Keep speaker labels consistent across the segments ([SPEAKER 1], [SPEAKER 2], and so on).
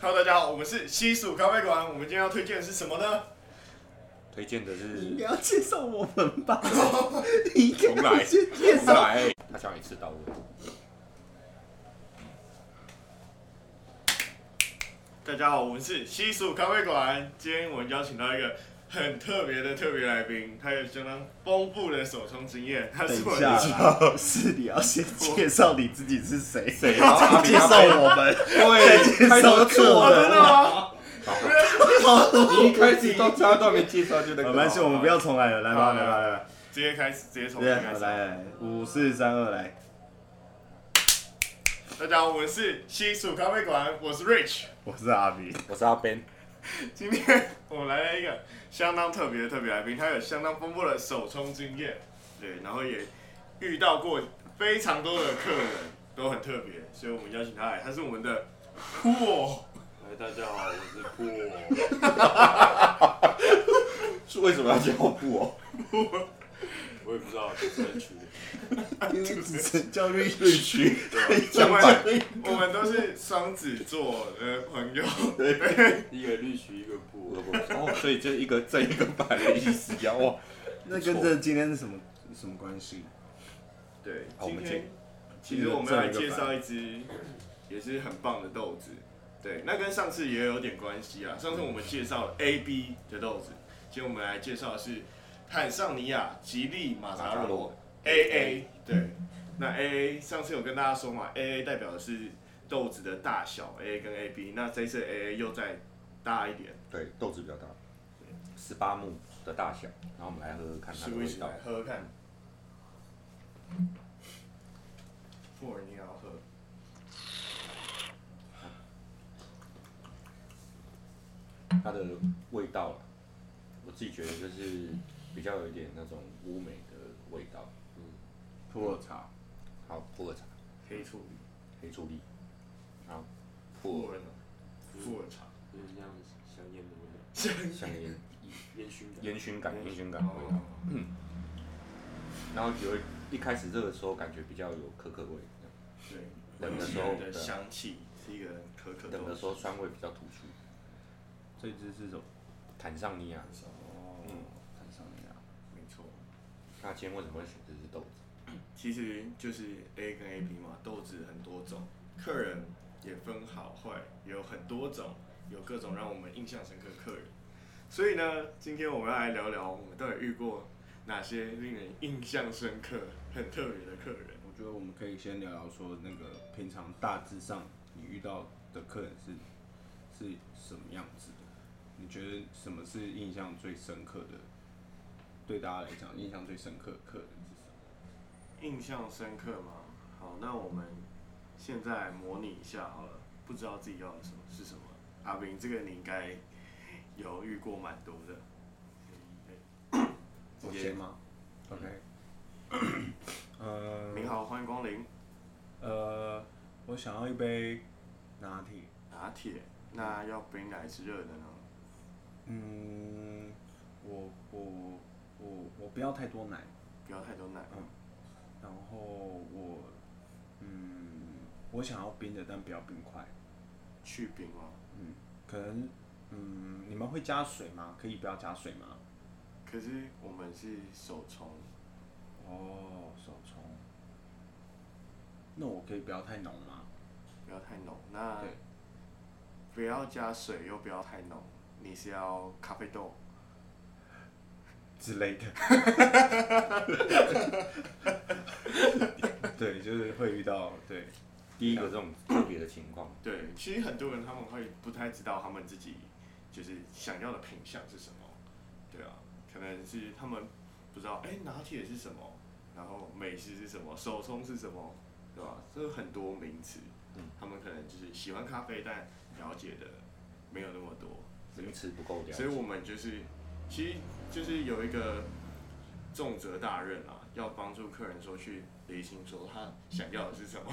[SPEAKER 1] Hello，大家好，我们是西蜀咖啡馆。我们今天要推荐的是什么呢？
[SPEAKER 2] 推荐的
[SPEAKER 3] 你
[SPEAKER 2] 是
[SPEAKER 3] 不要介绍我们 吧，你应
[SPEAKER 2] 重来
[SPEAKER 3] 该先介
[SPEAKER 2] 重
[SPEAKER 3] 绍。
[SPEAKER 2] 来，他想一次到位。
[SPEAKER 1] 大家好，我们是西蜀咖啡馆。今天我们邀请到一个很特别的特别来宾，他有相当丰富的手冲经验。他
[SPEAKER 3] 等
[SPEAKER 1] 是我
[SPEAKER 3] 一
[SPEAKER 1] 的
[SPEAKER 3] 下啦，是你要先介绍你自己是谁，
[SPEAKER 2] 谁啊
[SPEAKER 3] 再介绍我们，
[SPEAKER 2] 对，开头就 错
[SPEAKER 1] 哦，真的吗？
[SPEAKER 2] 了，你一开始到大家都还没介绍就那个。
[SPEAKER 3] 没关系，我们不要重来了，来
[SPEAKER 1] 好
[SPEAKER 3] 吧，来吧，来吧，
[SPEAKER 1] 直接开始，直接从
[SPEAKER 3] 对，
[SPEAKER 1] 头开
[SPEAKER 3] 好
[SPEAKER 1] 始。
[SPEAKER 3] 来来，五四三二来，
[SPEAKER 1] 大家好，我们是西蜀咖啡馆，我是 Rich。
[SPEAKER 3] 我是阿 明，
[SPEAKER 2] 我是阿 Ben，
[SPEAKER 1] 今天我们来了一个相当特别的特别来宾，他有相当丰富的手冲经验，对，然后也遇到过非常多的客人，都很特别，所以我们邀请他来，他是我们的酷，
[SPEAKER 4] 嗨，哎大家好，我是破。
[SPEAKER 2] 是为什么要叫布哦？
[SPEAKER 4] 我也不知道主持人取的，
[SPEAKER 3] 因为只是叫瑞瑞区，
[SPEAKER 1] 我
[SPEAKER 2] 相反，
[SPEAKER 1] 们我们都是双子座的朋友，
[SPEAKER 4] 一个绿取，一个破。
[SPEAKER 2] 哦，所以就一个正一个反的意思呀，哇，
[SPEAKER 3] 那跟这今天是什么什么关 系？
[SPEAKER 1] 对，
[SPEAKER 2] 好我
[SPEAKER 1] 今
[SPEAKER 2] 们
[SPEAKER 1] 天
[SPEAKER 2] 进
[SPEAKER 1] 其实我们要介绍一支也是很棒的豆子，对，那跟上次也有点关系啊。上次我们介绍了 AB 的豆子，今天我们来介绍的是坦桑尼亚吉利马扎罗 AA。对，那 AA 上次有跟大家说嘛，AA 代表的是豆子的大小，AA 跟 AB，那这一次 AA 又再大一点，
[SPEAKER 2] 对，豆子比较大，十八目的大小，然后我们来喝喝看它
[SPEAKER 1] 是
[SPEAKER 2] 的
[SPEAKER 1] 不
[SPEAKER 2] 味
[SPEAKER 1] 是
[SPEAKER 2] 道
[SPEAKER 1] 来。喝喝看？不然一定要喝。
[SPEAKER 2] 它的味道啦，我自己觉得就是比较有一点那种乌梅的味道，
[SPEAKER 3] 普洱茶，
[SPEAKER 2] 好，普洱茶，
[SPEAKER 1] 黑醋栗，
[SPEAKER 2] 黑醋栗，好，
[SPEAKER 1] 普
[SPEAKER 2] 普
[SPEAKER 1] 洱呢？普洱茶。
[SPEAKER 4] 有点像香烟的味道，
[SPEAKER 2] 洱香烟
[SPEAKER 4] 烟熏感。
[SPEAKER 2] 烟熏感，烟熏感的味道，
[SPEAKER 1] 哦，
[SPEAKER 2] 然后有一开始热的时候感觉比较有可可味，
[SPEAKER 1] 对，
[SPEAKER 2] 冷的时候
[SPEAKER 1] 的香气是一个可可
[SPEAKER 2] 冷
[SPEAKER 1] 豆
[SPEAKER 2] 的时候酸味比较突出。
[SPEAKER 3] 这支是什么？嗯
[SPEAKER 2] 坦桑尼亚，
[SPEAKER 1] 哦，
[SPEAKER 3] 看上面啊，
[SPEAKER 1] 没错，
[SPEAKER 2] 那今天为什么会选这只豆子？
[SPEAKER 1] 其实就是 A 跟 AB 嘛，豆子很多种，客人也分好坏，有很多种，有各种让我们印象深刻的客人。所以呢，今天我们要来聊聊我们到底遇过哪些令人印象深刻、很特别的客人。
[SPEAKER 3] 我觉得我们可以先聊聊说，那个平常大致上你遇到的客人是是什么样子的？你觉得什么是印象最深刻的？对大家来讲，印象最深刻的客人是什么？
[SPEAKER 1] 印象深刻吗？好，那我们现在模拟一下好了，不知道自己要的什么是什么。阿斌，这个你应该有遇过蛮多的。
[SPEAKER 3] 嗯我先吗？OK。呃，
[SPEAKER 1] 您好，欢迎光临
[SPEAKER 3] 呃，我想要一杯拿铁。
[SPEAKER 1] 拿铁。那要冰的还是热的呢？
[SPEAKER 3] 嗯，我我我我不要太多奶。
[SPEAKER 1] 不要太多奶。
[SPEAKER 3] 然后我，嗯，我想要冰的，但不要冰块。
[SPEAKER 1] 去冰哦吗？
[SPEAKER 3] 可能，嗯，你们会加水吗？可以不要加水吗？
[SPEAKER 1] 可是我们是手冲，
[SPEAKER 3] 哦，手冲。那我可以不要太浓吗？
[SPEAKER 1] 不要太浓。那
[SPEAKER 3] 对
[SPEAKER 1] 不要加水，又不要太浓。你是要咖啡豆？
[SPEAKER 3] 之类的。对，就是会遇到对，
[SPEAKER 1] 啊
[SPEAKER 2] 第一个这种特别的情况，
[SPEAKER 1] 对，其实很多人他们会不太知道他们自己就是想要的品相是什么，对啊，可能是他们不知道，哎、拿铁是什么，然后美式是什么，手冲是什么，对吧、这有很多名词，
[SPEAKER 2] 嗯
[SPEAKER 1] 他们可能就是喜欢咖啡，但了解的没有那么多，
[SPEAKER 2] 名词不够了
[SPEAKER 1] 所以
[SPEAKER 2] 解。
[SPEAKER 1] 我们就是其实就是有一个重责大任啊，要帮助客人说去理清说他想要的是什么。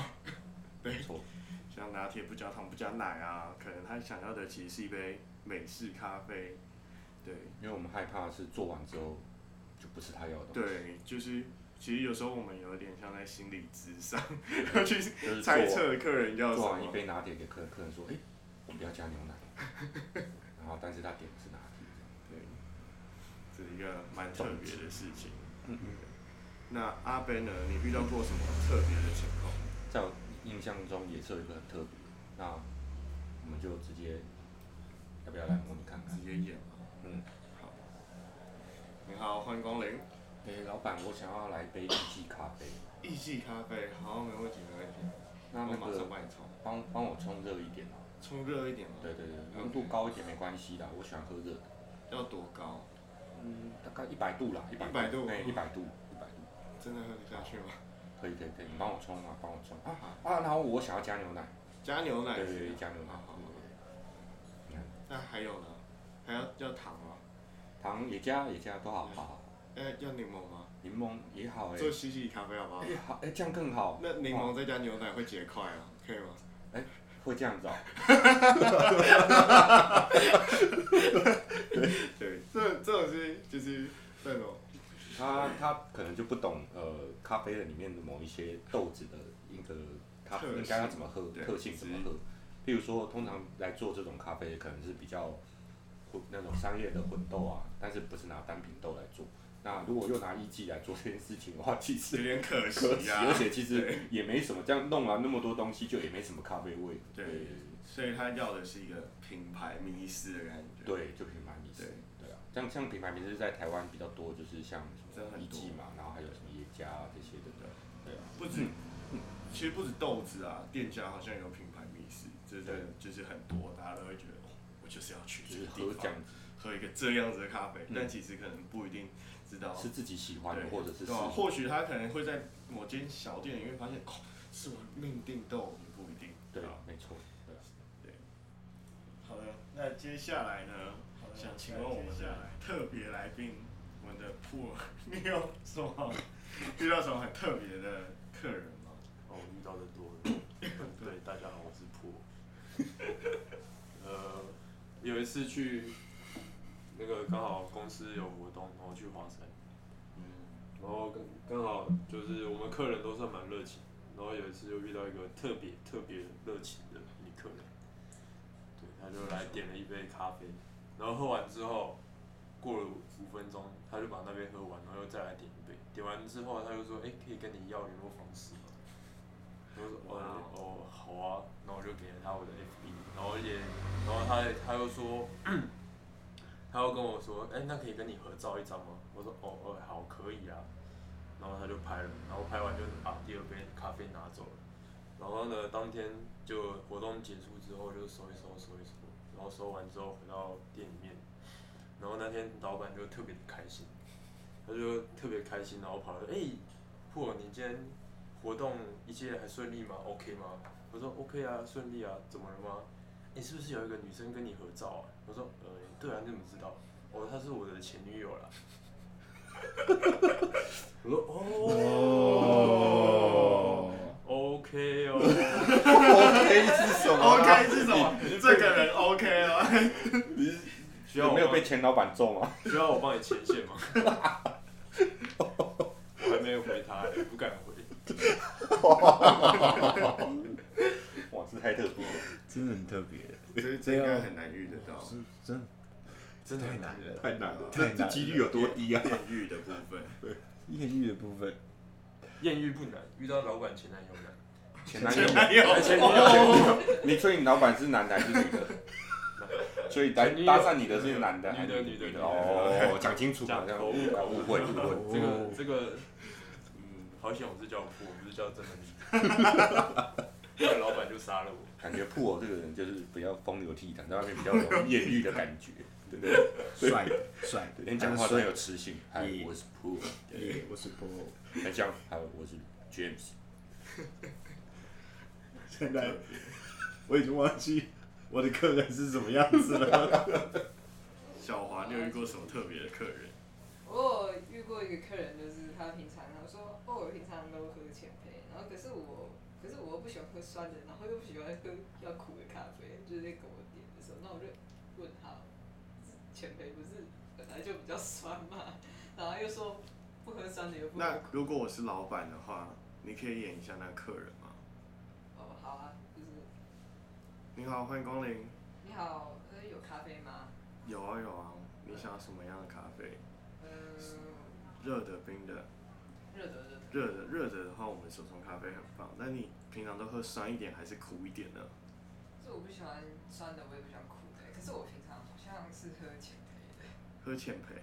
[SPEAKER 2] 没错，
[SPEAKER 1] 像拿铁不加糖不加奶啊，可能他想要的其实是一杯美式咖啡。对
[SPEAKER 2] 因为我们害怕是做完之后就不是他要的东西，
[SPEAKER 1] 对，就是其实有时候我们有点像在心理智商，要去
[SPEAKER 2] 就是
[SPEAKER 1] 猜
[SPEAKER 2] 做
[SPEAKER 1] 测客人要什
[SPEAKER 2] 做完一
[SPEAKER 1] 么。
[SPEAKER 2] 杯拿铁给客人，客人说，哎，不要加牛奶。 然后，但是他点的是拿铁。
[SPEAKER 1] 对，这是一个蛮特别的事情。
[SPEAKER 2] 嗯
[SPEAKER 1] 那阿贝呢？你遇到过什么特别的情况？
[SPEAKER 2] 在我印象中也是有一个很特别的，那我们就直接要不要来模拟看看
[SPEAKER 1] 直？接演吗？
[SPEAKER 2] 嗯，
[SPEAKER 1] 你好，欢迎光临
[SPEAKER 2] 诶、老板，我想要来杯意式咖啡，
[SPEAKER 1] 意式咖啡。好，没问题，没问题。
[SPEAKER 2] 那
[SPEAKER 1] 我
[SPEAKER 2] 那
[SPEAKER 1] 马上
[SPEAKER 2] 个
[SPEAKER 1] 帮你冲，
[SPEAKER 2] 帮帮我冲热一点哦。
[SPEAKER 1] 冲热一点吗？
[SPEAKER 2] 对对对，温度高一点没关系啦，我喜欢喝热的。
[SPEAKER 1] 要多高？
[SPEAKER 2] 嗯，大概一百度啦，一
[SPEAKER 1] 100度
[SPEAKER 2] 哎，一百度，一百度，
[SPEAKER 1] 真的喝得下去吗？
[SPEAKER 2] 可以可以可以，你帮我冲啊，帮我冲啊啊！然后我想要加牛奶，
[SPEAKER 1] 加牛奶
[SPEAKER 2] 对
[SPEAKER 1] 是吗。
[SPEAKER 2] 对对，加牛奶
[SPEAKER 1] 好好，
[SPEAKER 2] 对
[SPEAKER 1] 好
[SPEAKER 2] 对对
[SPEAKER 1] 那还有呢？还要要糖吗？
[SPEAKER 2] 糖也加也加，都好
[SPEAKER 1] 嗯
[SPEAKER 2] 好好，
[SPEAKER 1] 要要柠檬吗？
[SPEAKER 2] 柠檬也好哎，
[SPEAKER 1] 做西西咖啡好不好？
[SPEAKER 2] 哎好哎，这样更好。
[SPEAKER 1] 那柠
[SPEAKER 2] 哇
[SPEAKER 1] 檬再加牛奶会结块啊，可以吗？
[SPEAKER 2] 会这样子哦，
[SPEAKER 1] 对，这这种是就是那种
[SPEAKER 2] 他他可能就不懂呃咖啡的里面的某一些豆子的一个咖
[SPEAKER 1] 特性
[SPEAKER 2] 应该要怎么喝
[SPEAKER 1] 对
[SPEAKER 2] 特性怎么喝，譬如说通常来做这种咖啡可能是比较混那种商业的混豆啊，但是不是拿单品豆来做。那如果又拿一季来做这件事情 的话，其
[SPEAKER 1] 有
[SPEAKER 2] 实
[SPEAKER 1] 点可
[SPEAKER 2] 可
[SPEAKER 1] 惜
[SPEAKER 2] 惜，
[SPEAKER 1] 啊
[SPEAKER 2] 而。且其实也没什么，这样弄完那么多东西就也没什么咖啡味。
[SPEAKER 1] 对所以他要的是一个品牌迷失的感觉。，
[SPEAKER 2] 对，就品牌名字
[SPEAKER 1] 对。
[SPEAKER 2] 对啊，像像品牌名字在台湾比较多，就是像什
[SPEAKER 1] 真的
[SPEAKER 2] 么
[SPEAKER 1] 很
[SPEAKER 2] 一
[SPEAKER 1] 多
[SPEAKER 2] 季嘛，然后还有什么耶加啊这些的。对啊，
[SPEAKER 1] 不止，其实不止豆子啊，店家好像有品牌迷失，这真的就是很多，大家都会觉得哦，我就是要去
[SPEAKER 2] 就
[SPEAKER 1] 这
[SPEAKER 2] 是
[SPEAKER 1] 个
[SPEAKER 2] 喝
[SPEAKER 1] 地
[SPEAKER 2] 这
[SPEAKER 1] 方
[SPEAKER 2] 样子，
[SPEAKER 1] 喝一个这样子的咖啡，
[SPEAKER 2] 嗯
[SPEAKER 1] 但其实可能不一定知道
[SPEAKER 2] 是自己喜欢的
[SPEAKER 1] 对，
[SPEAKER 2] 或者是
[SPEAKER 1] 对啊
[SPEAKER 2] 是
[SPEAKER 1] 或许他可能会在某间小店里面发现，哦，是我命定豆，也不一定。
[SPEAKER 2] 对
[SPEAKER 1] 啊，
[SPEAKER 2] 没错，对啊
[SPEAKER 1] 好的，那接下来呢，想请问我们的特别来宾，我们的普尔，你有什么遇到什么很特别的客人吗？
[SPEAKER 4] 哦，我遇到的多了。对，大家好，我是破。 呃，有一次去那个刚好公司有活动，然后去华山，
[SPEAKER 1] 嗯
[SPEAKER 4] 然后刚刚好就是我们客人都算蛮热情，然后有一次就遇到一个特别特别热情的女客人，对，她就来点了一杯咖啡，然后喝完之后，过了五分钟，她就把那杯喝完，然后又再来点一杯，点完之后她就说，哎、可以跟你要联络方式吗？我说哦哦好啊，那我就给了她我的 FB，然后也，然后她她又说。他又跟我说，哎、那可以跟你合照一张吗？我说，哦，哦，好，可以啊。然后他就拍了，然后拍完就把第二杯咖啡拿走了。然后呢，当天就活动结束之后就收一收，收一收，然后收完之后回到店里面，然后那天老板就特别的开心，他就特别开心，然后跑来说，哎、破你今天活动一切还顺利吗？OK 吗？我说 OK 啊，顺利啊，怎么了吗？你、是不是有一个女生跟你合照啊？我说，呃，对啊，你怎么知道？哦，她是我的前女友啦。我说，哦，OK 哦，
[SPEAKER 2] OK 是什
[SPEAKER 1] OK 是什么？这个人 OK 啊，
[SPEAKER 4] 需要
[SPEAKER 2] 有
[SPEAKER 4] 我
[SPEAKER 2] 没有
[SPEAKER 4] 帮
[SPEAKER 2] 被前老板揍吗？
[SPEAKER 4] 需要我帮你牵线吗？ 我还没有回他、欸，不敢回。
[SPEAKER 2] 哇，这太特别了，
[SPEAKER 3] 真的很特别，
[SPEAKER 1] 这这应该很难遇得到。
[SPEAKER 3] 是真的
[SPEAKER 4] 真的
[SPEAKER 3] 太
[SPEAKER 4] 很
[SPEAKER 3] 难了，
[SPEAKER 2] 太难 了，
[SPEAKER 3] 太难了
[SPEAKER 2] 有多低啊？
[SPEAKER 1] 艳遇的部分，
[SPEAKER 3] 艳遇的部分，
[SPEAKER 4] 艳遇不难，遇到老板前男友难。哎
[SPEAKER 2] 前男友，
[SPEAKER 1] 有
[SPEAKER 4] 而且你要
[SPEAKER 2] 你所以你老板是男的还是 女的？所以搭
[SPEAKER 4] 前女友
[SPEAKER 2] 搭讪你的是男的
[SPEAKER 4] 女的
[SPEAKER 2] 还是
[SPEAKER 4] 女的女的
[SPEAKER 2] 哦，讲清楚，
[SPEAKER 4] 讲
[SPEAKER 2] 这样
[SPEAKER 4] 口误口误
[SPEAKER 2] 误会误会。
[SPEAKER 4] 这个这个，嗯，好险我是叫我破，我不是叫真的你， 不然老板就杀了我。
[SPEAKER 2] 感觉布偶这个人就是比较风流倜傥，在外面比较容易艳遇的感觉，对不对？
[SPEAKER 3] 帅的帅的，
[SPEAKER 2] 连讲话都很有磁性。嗨，我是布偶。
[SPEAKER 3] 耶，我是 p
[SPEAKER 2] 还讲，还有我是 James。
[SPEAKER 3] 现在我已经忘记我的客人是什么样子了。
[SPEAKER 1] 小华，你有遇过什么特别的客人？
[SPEAKER 5] 我有遇过一个客人，就是他平常他说哦，我平常都喝浅焙，然后可是我可是我又不喜欢喝酸的，然后又不喜欢喝要苦的咖啡，就是在跟我点的时候，那我就问他，浅焙不是本来就比较酸嘛，然后又说不喝酸的又不喝
[SPEAKER 1] 那
[SPEAKER 5] 苦，
[SPEAKER 1] 如果我是老板的话，你可以演一下那个客人吗？
[SPEAKER 5] 哦好啊，就是
[SPEAKER 1] 你你好，欢迎光临。
[SPEAKER 5] 你好，呃，有咖啡吗？
[SPEAKER 1] 有啊有啊，你想要什么样的咖啡？
[SPEAKER 5] 嗯，
[SPEAKER 1] 热的、冰的？
[SPEAKER 5] 热的
[SPEAKER 1] 热
[SPEAKER 5] 热的，
[SPEAKER 1] 的，热的的话，我们手冲咖啡很棒。那你平常都喝酸一点还是苦一点呢？
[SPEAKER 5] 是我不喜欢酸的，我也不喜欢苦的。可是我平常好像是喝浅焙的，
[SPEAKER 1] 喝浅焙，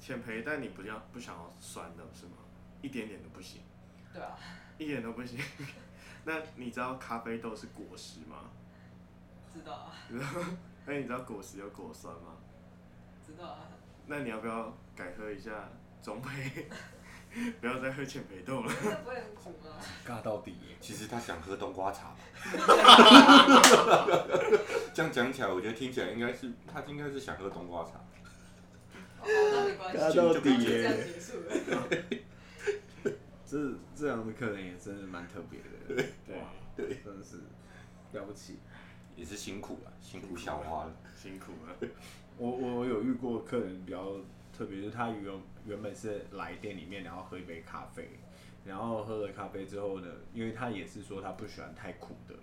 [SPEAKER 1] 浅焙，但你不要不想要酸的是吗？一点点都不行，
[SPEAKER 5] 对啊，
[SPEAKER 1] 一点都不行。 那你知道咖啡豆是果实吗？
[SPEAKER 5] 知道啊，
[SPEAKER 1] 那你知道果实有果酸吗？
[SPEAKER 5] 知道 啊。
[SPEAKER 1] 那你要不要改喝一下中焙？ 不要再喝浅焙豆了。
[SPEAKER 5] 那不会很苦吗？
[SPEAKER 3] 尬到底耶。
[SPEAKER 2] 其实他想喝冬瓜茶吧。 这样讲起来，我觉得听起来应该是他应该是想喝冬瓜茶。
[SPEAKER 5] 哦，那没关系，
[SPEAKER 2] 到
[SPEAKER 5] 就
[SPEAKER 2] 底
[SPEAKER 5] 这
[SPEAKER 3] 耶
[SPEAKER 5] 样结束了。
[SPEAKER 3] 这这样的客人也真的蛮特别的，
[SPEAKER 1] 对，
[SPEAKER 3] 对，真的是了不起。
[SPEAKER 2] 也是辛苦了，辛苦小花了。
[SPEAKER 1] 辛苦了。
[SPEAKER 3] 我我有遇过客人比较特别，就是他原原本是来店里面，然后喝一杯咖啡，然后喝了咖啡之后呢，因为他也是说他不喜欢太苦的，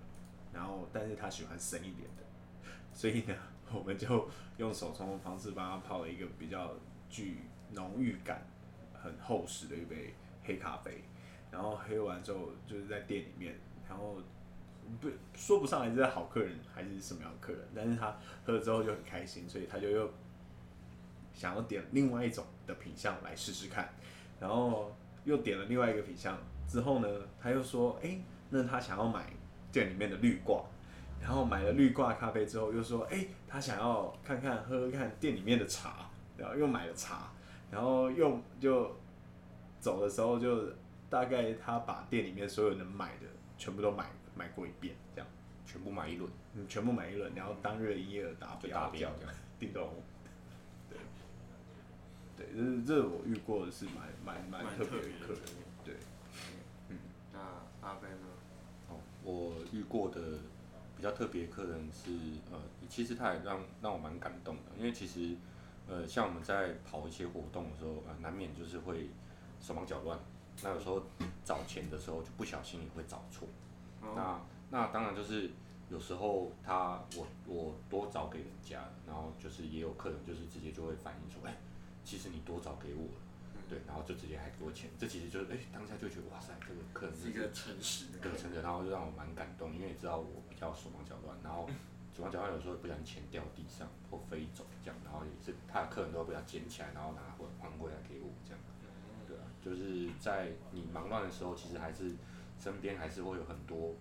[SPEAKER 3] 然后但是他喜欢深一点的，所以呢，我们就用手冲的方式帮他泡了一个比较具浓郁感、很厚实的一杯黑咖啡，然后黑完之后就是在店里面，然后不说不上来是好客人还是什么样的客人，但是他喝了之后就很开心，所以他就又想要点另外一种的品相来试试看，然后又点了另外一个品相之后呢，他又说，哎、那他想要买店里面的绿挂，然后买了绿挂咖啡之后又说，哎、他想要看看喝喝看店里面的茶，然后又买了茶，然后又就走的时候就大概他把店里面所有能买的全部都买买过一遍，这样。
[SPEAKER 2] 全部买一轮
[SPEAKER 3] 你全部买一轮，然后当日营业额达
[SPEAKER 2] 就
[SPEAKER 3] 标，
[SPEAKER 2] 达标，这样。
[SPEAKER 3] 叮咚。对，对，这是这是我遇过的是蛮蛮
[SPEAKER 1] 蛮
[SPEAKER 3] 蛮特
[SPEAKER 1] 特
[SPEAKER 3] 别
[SPEAKER 1] 别的
[SPEAKER 3] 的客人
[SPEAKER 1] 客人，
[SPEAKER 3] 对，
[SPEAKER 1] 那阿飞呢？
[SPEAKER 2] 哦，我遇过的比较特别的客人是，呃，其实他也让让我蛮感动的，因为其实，呃，像我们在跑一些活动的时候，呃，难免就是会手忙脚乱，那有时候找钱的时候就不小心也会找错，
[SPEAKER 1] 哦
[SPEAKER 2] 那那当然就是有时候他我我多找给人家，然后就是也有客人就是直接就会反映说，哎、其实你多找给我了。
[SPEAKER 1] 嗯
[SPEAKER 2] 对，然后就直接还给我钱，这其实就是哎、当下就觉得哇塞，这个客人
[SPEAKER 1] 是一
[SPEAKER 2] 真是
[SPEAKER 1] 个诚实的
[SPEAKER 2] 对，真的，然后就让我蛮感动，因为你知道我比较手忙脚乱，然后手忙脚乱有时候不小心钱掉地上或飞走这样，然后也是他的客人都会被他捡起来，然后拿回还回来给我这样。对啊，就是在你忙乱的时候，其实还是身边还是会有很多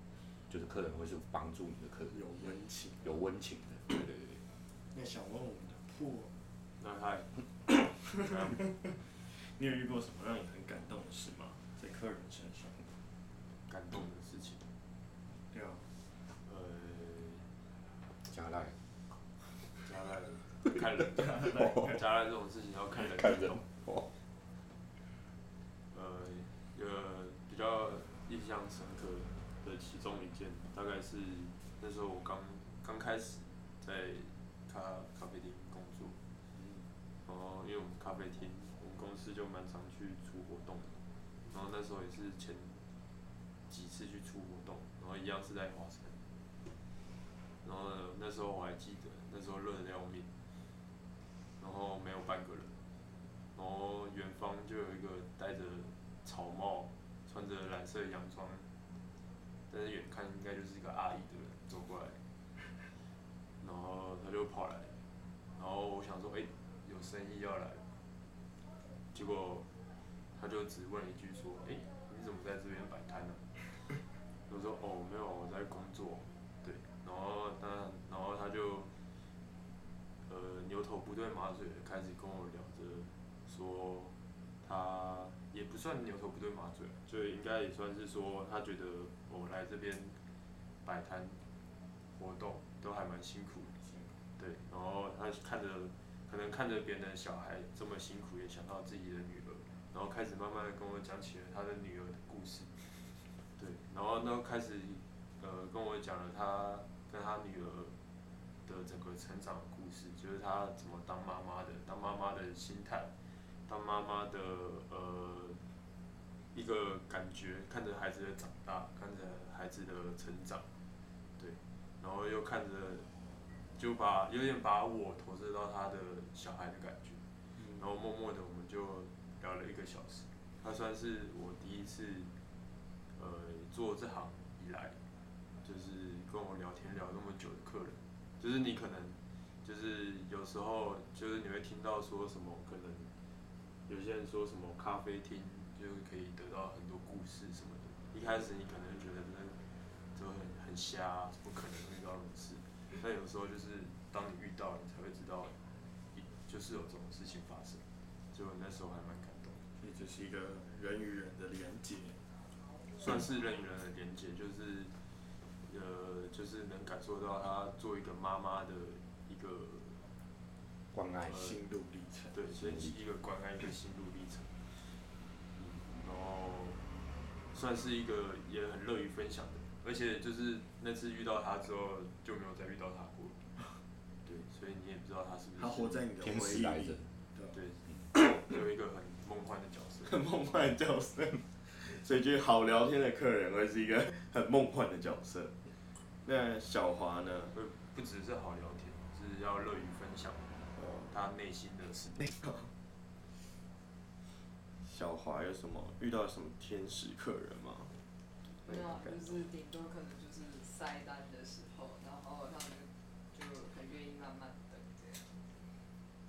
[SPEAKER 2] 就是客人会是帮助你的客人，
[SPEAKER 1] 有温情。
[SPEAKER 2] 有温情的。对对对对，
[SPEAKER 1] 那想问我们的破，
[SPEAKER 4] 那 嗨，
[SPEAKER 1] 你有遇过什么让你很感动的事吗？在客人身上？
[SPEAKER 4] 感动的事情，
[SPEAKER 1] 对啊，
[SPEAKER 4] 呃，
[SPEAKER 2] 加赖
[SPEAKER 4] 加赖的看人，加赖这种事情要看人感动。
[SPEAKER 2] 哦，
[SPEAKER 4] 呃，一个比较印象深刻的其中一件，大概是那时候我刚刚开始在咖咖啡厅工作，然后因为我们咖啡厅，我们公司就蛮常去出活动的，然后那时候也是前几次去出活动，然后一样是在华山，然后呢那时候我还记得，那时候热得要命，然后没有半个人。然后远方就有一个戴着草帽、穿着蓝色洋装，但是远看应该就是一个阿姨的人走过来，然后他就跑来，然后我想说，哎、有生意要来，结果他就只问了一句说，哎、你怎么在这边摆摊呢？我说，哦，没有，我在工作，对，然后他，然后他就，呃，牛头不对马嘴，开始跟我聊着。说他也不算牛头不对马嘴，就应该也算是说他觉得我来这边摆摊活动都还蛮辛苦的，对，然后他看着可能看着别人的小孩这么辛苦，也想到自己的女儿，然后开始慢慢的跟我讲起了他的女儿的故事， 对，然后呢开始呃跟我讲了他跟他女儿的整个成长故事，就是他怎么当妈妈的，当妈妈的心态。当妈妈的呃一个感觉，看着孩子的长大，看着孩子的成长，对，然后又看着，就把有点把我投射到他的小孩的感觉，
[SPEAKER 1] 嗯
[SPEAKER 4] 然后默默的我们就聊了一个小时，他算是我第一次，呃，做这行以来，就是跟我聊天聊那么久的客人，就是你可能，就是有时候就是你会听到说什么可能。有些人说什么咖啡厅就可以得到很多故事什么的，一开始你可能觉得那就很很瞎啊，不可能遇到这种事。但有时候就是当你遇到，你才会知道，就是有这种事情发生。就那时候还蛮感动的，
[SPEAKER 1] 所以这是一个人与人的连接。
[SPEAKER 4] 算是人与人的连接，就是呃，就是能感受到他做一个妈妈的一个
[SPEAKER 2] 关爱
[SPEAKER 4] 呃
[SPEAKER 1] 心路历程。
[SPEAKER 4] 对，所以是一个关爱，一个心路历程。嗯，然后算是一个也很乐于分享的，而且就是那次遇到他之后就没有再遇到他过。对，所以你也不知道他是不是
[SPEAKER 1] 他活在你嗯的
[SPEAKER 2] 天
[SPEAKER 1] 呃回
[SPEAKER 2] 使
[SPEAKER 1] 忆
[SPEAKER 2] 来
[SPEAKER 1] 里
[SPEAKER 2] 着，，
[SPEAKER 4] 对，有一个很梦幻的角色
[SPEAKER 1] 很。梦幻的角色。所以就是好聊天的客人会是一个很梦幻的角色。那小华呢？
[SPEAKER 4] 不不只是好聊天，是要乐于分享
[SPEAKER 1] 哦，
[SPEAKER 4] 他内心的事。
[SPEAKER 1] 小华有什么遇到什么天使客人吗？
[SPEAKER 5] 没有，啊就是顶多可能就是塞单的时候，然后他们就很愿意慢慢等这样，嗯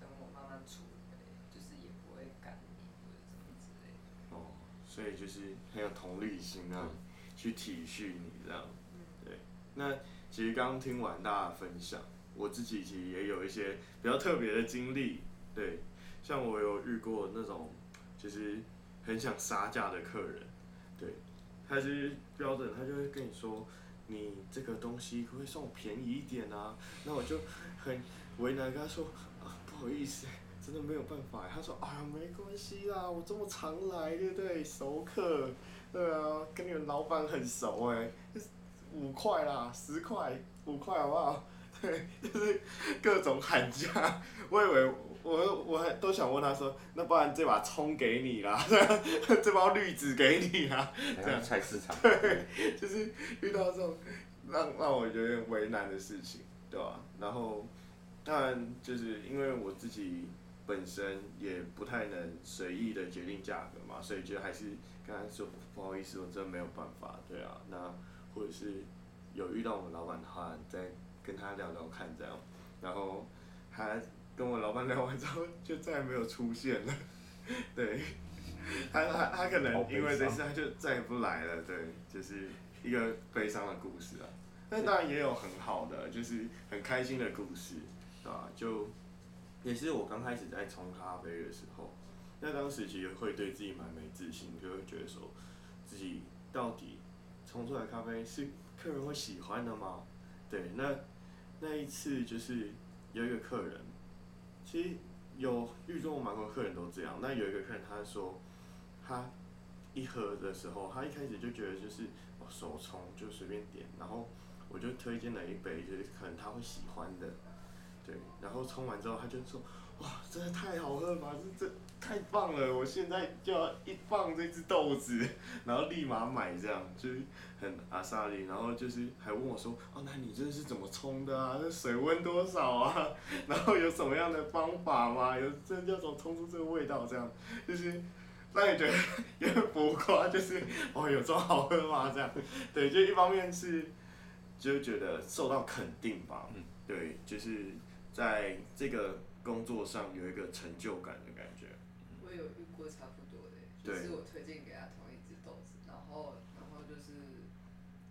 [SPEAKER 5] 等我慢慢出来，就是也不会赶你或者什么之类的。
[SPEAKER 1] 哦，所以就是很有同理心啊，去体恤你这样。对，那其实刚听完大家的分享，我自己其实也有一些比较特别的经历。对，像我有遇过那种就是很想杀价的客人，对，他是标准，他就会跟你说。你这个东西可不可以送我便宜一点啊？那我就很为难，跟他说啊，不好意思，真的没有办法欸。他说啊，没关系啦，啊我这么常来，对不对？熟客，对啊，跟你们老板很熟哎，就是五块啦，十块，五块好不好？ 对，就是各种喊价。我以为我我还都想问他说，那不然这把葱给你啦， 对啊这包绿子给你啦，
[SPEAKER 2] 还有菜 市场，
[SPEAKER 1] 就是遇到这种让让我有点为难的事情，对吧、然后当然就是因为我自己本身也不太能随意的决定价格嘛，所以就还是刚才说不好意思，我真的没有办法，对啊，那或者是有遇到我们老板的话，再跟他聊聊看这样，然后他跟我老板聊完之后就再也没有出现了， 对。他他他可
[SPEAKER 2] 好
[SPEAKER 1] 能
[SPEAKER 2] 悲
[SPEAKER 1] 因为这
[SPEAKER 2] 伤
[SPEAKER 1] 次他就再也不来了，对，就是一个悲伤的故事啊。那当然也有很好的，就是很开心的故事，对吧、就也是我刚开始在冲咖啡的时候，那当时其实会对自己蛮没自信，就会觉得说自己到底冲出来咖啡是客人会喜欢的吗？对，那那一次就是有一个客人，其实有遇中蛮多客人都这样，那有一个客人他说他一喝的时候，他一开始就觉得就是我手冲就随便点，然后我就推荐了一杯，就是可能他会喜欢的，对，然后冲完之后他就说，哇，真的太好喝了吧，这这太棒了，我现在就要一磅这只豆子， 然后立马买这样，就是很阿萨利，然后就是还问我说，哦，那你这是怎么冲的啊？这水温多少啊？ 然后有什么样的方法吗？有这要怎么冲出这个味道？这样就是。让你觉得有点浮夸，就是哦，有这么好喝吗？这样，对，就一方面是就觉得受到肯定吧。
[SPEAKER 2] 嗯
[SPEAKER 1] 对，就是在这个工作上有一个成就感的感觉。
[SPEAKER 5] 我有遇过差不多的，就是
[SPEAKER 1] 对
[SPEAKER 5] 我推荐给他同一只豆子，然后然后就是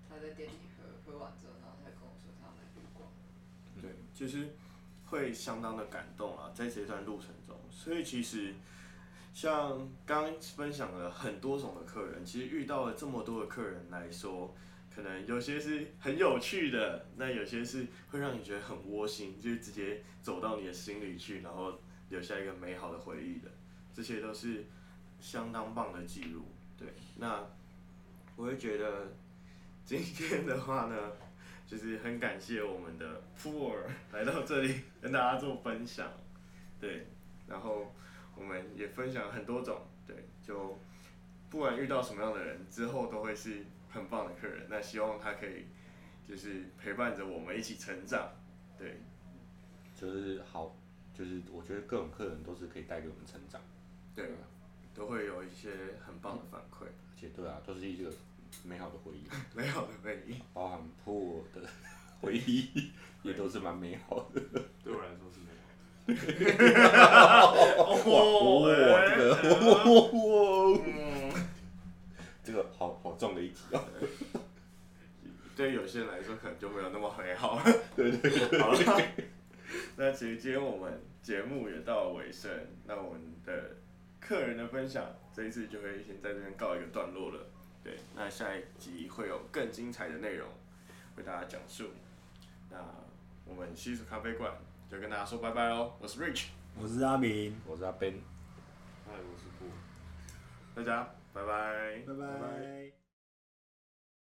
[SPEAKER 5] 他在店里喝，喝完之后，然后他就跟我说他要来绿光，
[SPEAKER 1] 对，就是会相当的感动啊，在这段路程中，所以其实像刚刚分享了很多种的客人，其实遇到了这么多的客人来说，可能有些是很有趣的，那有些是会让你觉得很窝心，就是直接走到你的心里去，然后留下一个美好的回忆的，这些都是相当棒的记录。对，那我会觉得今天的话呢。就是很感谢我们的 Poor 来到这里跟大家做分享，对，然后我们也分享很多种，对，就不管遇到什么样的人，之后都会是很棒的客人。那希望他可以就是陪伴着我们一起成长。对，
[SPEAKER 2] 就是好，就是我觉得各种客人都是可以带给我们成长，
[SPEAKER 1] 对，都会有一些很棒的反馈，
[SPEAKER 2] 而且对啊，都是一个美好的回忆，
[SPEAKER 1] 美好的回忆。
[SPEAKER 2] 包含破的回忆也都是蛮美好的。
[SPEAKER 4] 对我来说是没有。
[SPEAKER 1] 哦
[SPEAKER 2] 哇，这个哇，
[SPEAKER 1] 嗯，
[SPEAKER 2] 这个好好重的一题哦。
[SPEAKER 1] 对有些人来说可能就没有那么美好。 对对，好了。 那其实今天我们节目也到了尾声，那我们的客人的分享这一次就会先在这边告一个段落了。对，那下一集会有更精彩的内容为大家讲述。那我们西蜀咖啡馆就跟大家说拜拜喽，我是 Rich，
[SPEAKER 3] 我是阿明，
[SPEAKER 2] 我是阿 Ben。
[SPEAKER 4] 哎，我是不。
[SPEAKER 1] 大家拜拜。
[SPEAKER 3] 拜拜